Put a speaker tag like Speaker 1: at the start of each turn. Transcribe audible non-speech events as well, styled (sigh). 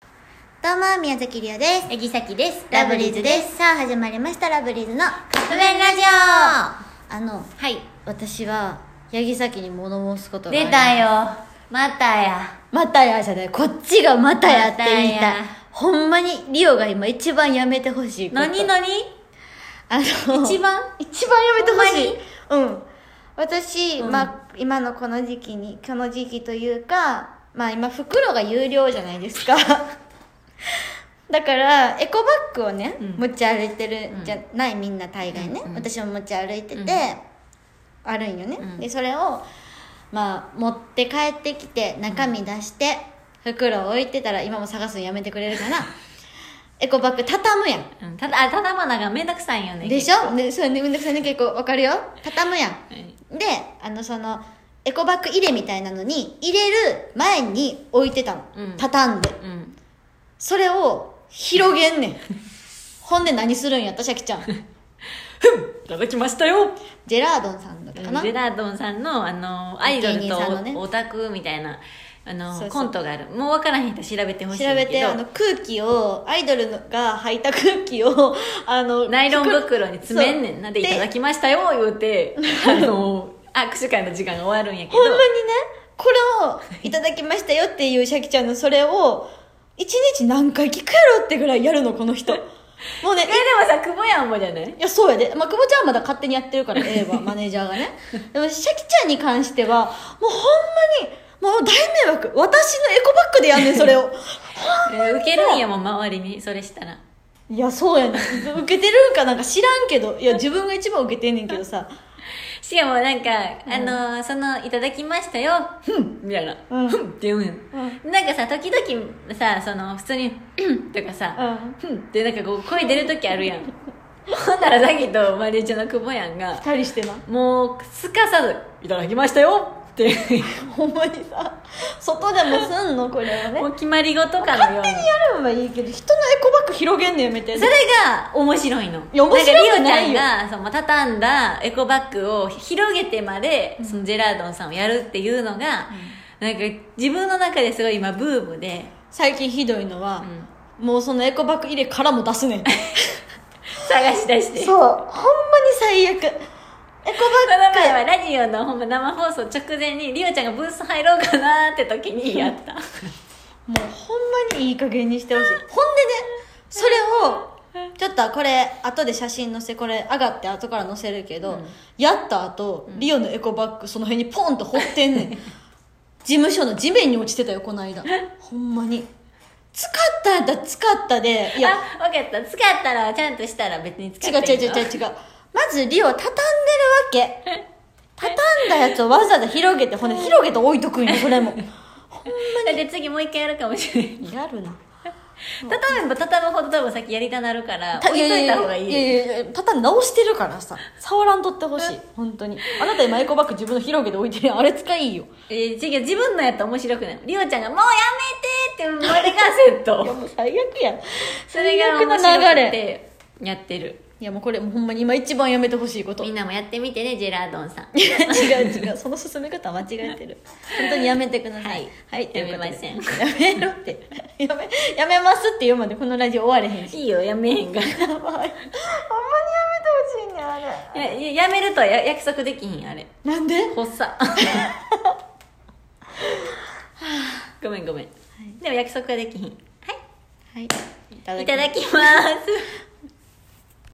Speaker 1: どうも、宮崎りおです。
Speaker 2: えぎさきです
Speaker 1: ラブリーズです。さあ、始まりました、ラブリーズのカ
Speaker 2: カップ麺ラジオ
Speaker 1: あの、
Speaker 2: はい
Speaker 1: 私は、八木崎に物申すことがあ
Speaker 2: 出
Speaker 1: ります
Speaker 2: た。よまたや
Speaker 1: またやじゃない。こっちがまたやって言い
Speaker 2: また
Speaker 1: たい
Speaker 2: や。
Speaker 1: ほんまに、リオが今一番やめてほしいこと。
Speaker 2: 何何
Speaker 1: あの、
Speaker 2: 一番
Speaker 1: 一番やめてほしい。うん。私、
Speaker 2: うん
Speaker 1: まあ、今のこの時期に、この時期というか、まあ今、袋が有料じゃない
Speaker 2: (laughs)
Speaker 1: ですか。だから、エコバッグをね、
Speaker 2: うん
Speaker 1: 持ち歩いてるんじゃない、みんな大概ね、
Speaker 2: うんうん
Speaker 1: 私も持ち歩いてて、
Speaker 2: うん
Speaker 1: あるんよね。
Speaker 2: うん
Speaker 1: で、それを、まあ、持って帰ってきて、中身出して、袋を置いてたら、今も探すのやめてくれる
Speaker 2: (laughs)
Speaker 1: かな。エコバッグ畳むやん。
Speaker 2: うんただあただまながめんどくさいんよね
Speaker 1: でしょでそうねめんどくさいね結構わかるよ畳むやん
Speaker 2: うん
Speaker 1: であのそのエコバッグ入れみたいなのに入れる前に置いてたの、
Speaker 2: うん
Speaker 1: 畳んで
Speaker 2: うん
Speaker 1: それを広げ
Speaker 2: (laughs)
Speaker 1: んねんほんで何するんやったシャキちゃん
Speaker 2: いただきましたよ
Speaker 1: ジェラードンさんだった
Speaker 2: ジ
Speaker 1: かな
Speaker 2: ェラードンさんのあのアイドル
Speaker 1: 芸人
Speaker 2: と
Speaker 1: さんのね
Speaker 2: オタクみたいなあの
Speaker 1: そうそう
Speaker 2: コントがあるもう分からへん人調べてほしい
Speaker 1: 調
Speaker 2: んだ
Speaker 1: べ
Speaker 2: け
Speaker 1: て
Speaker 2: ど
Speaker 1: あの空気をアイドルが吐いた空気
Speaker 2: (laughs)
Speaker 1: をあの
Speaker 2: ナイロン
Speaker 1: 袋
Speaker 2: 袋に詰めんねんなで「い
Speaker 1: そう
Speaker 2: ただきましたよ」言うてあ
Speaker 1: (laughs)
Speaker 2: の握手会の時間が終わるんやけど
Speaker 1: ほんまにねこれをいただきましたよっていうシャキちゃんのそれを一日何回聞くやろってぐらいやるのこの
Speaker 2: (laughs)
Speaker 1: 人もうね
Speaker 2: えでもさ久保やんもじゃない
Speaker 1: いや、そうやで。まあ、久保ちゃんはまだ勝手にやってる (laughs) から、ええわ、マネージャーがね。でも、シャキちゃんに関しては、もうほんまに、もう大迷惑。私のエコバッグでやんねん、それ (laughs) を。
Speaker 2: え受けるんやもん周りにそれしたら
Speaker 1: いや、そうやねん。受けてるんかなんか知らんけど、いや、自分が一番受けてんねんけどさ。
Speaker 2: しかもなんか、あのその「いただきましたよ」ふんみたいな「
Speaker 1: うん
Speaker 2: ふん」って言うんやん、なんかさ時々さその普通に「うん」とか
Speaker 1: う
Speaker 2: さ
Speaker 1: ん
Speaker 2: 「ふん」ってなんかこう声出る時あるやんほんならさっきとマリーちゃんの久保やんが
Speaker 1: 二人してな。
Speaker 2: もうすかさず「いただきましたよ」って
Speaker 1: ほんまにさ、外でもすんの、これをね。勝
Speaker 2: もう決まり事かのように
Speaker 1: 手にやればいいけど、人のエコバッグ広げんねん、やめて。
Speaker 2: それが面白いの
Speaker 1: いや面白くないよ
Speaker 2: んかリオちゃんがその畳んだエコバッグを広げてまで、そのジェラードンさんをやるっていうのが、なんか自分の中ですごい今ブームで、
Speaker 1: 最近ひどいの
Speaker 2: う
Speaker 1: は、
Speaker 2: ん
Speaker 1: もうそのエコバッグ入れからも出すねん。
Speaker 2: 探し出して
Speaker 1: そう。ほんまに最悪。エコ
Speaker 2: この前はラジオのほんま生放送直前にリオちゃんがブース入ろうかなって時にやった
Speaker 1: もうほんまにいい加減にして (laughs) ほしいほんでねそれをちょっとこれ後で写真載せこれ上がって後から載せるけど、
Speaker 2: うん
Speaker 1: やった後リオのエコバッグその辺にポンと掘ってん (laughs) ねん事務所の地面に落ちてたよこの (laughs) 間ほんまに使ったやったら使ったでいや
Speaker 2: あ分かった使ったらちゃんとしたら別に使
Speaker 1: 違う
Speaker 2: って
Speaker 1: 違
Speaker 2: いうい
Speaker 1: 違
Speaker 2: の
Speaker 1: う違う違うまずリオ畳んでるわけ (laughs) 畳んだやつをわざわざ広げてほんで広げて置いとくんよそれも
Speaker 2: だって次もう一回やるかもしれない
Speaker 1: (laughs) やるな
Speaker 2: 畳めば畳むほど多分先やりたなるから置いといた方がいい
Speaker 1: ややややパターン直してるからさ触らんとってほしい本当にあなた今エコバッグ自分の広げて置いてるやんあれ使いいよ
Speaker 2: えー、違う自分のやったら面白くないりおちゃんが「もうやめて!」って言われがセット (laughs)
Speaker 1: もう最悪やん
Speaker 2: それが面
Speaker 1: 最悪
Speaker 2: 白
Speaker 1: の流
Speaker 2: く
Speaker 1: れ
Speaker 2: てやってる
Speaker 1: いやもうこれもうほんまに今一番やめてほしい (laughs) こと
Speaker 2: みんなもやってみてねジェラードンさん
Speaker 1: いや違う違うその進め方間違えてる本当にやめてください
Speaker 2: (laughs) はい
Speaker 1: ということで
Speaker 2: やめません
Speaker 1: やめろってやめやめますって言うまでこのラジオ終われへんし
Speaker 2: いいよやめへんがい
Speaker 1: (laughs) やばいほんまにやめてほしいねあれ
Speaker 2: (laughs) やいややめるとはや約束できひんあれ
Speaker 1: なんで
Speaker 2: ほっ (laughs) さごめんごめん、でも約束はできひんは
Speaker 1: はいい
Speaker 2: いいただきます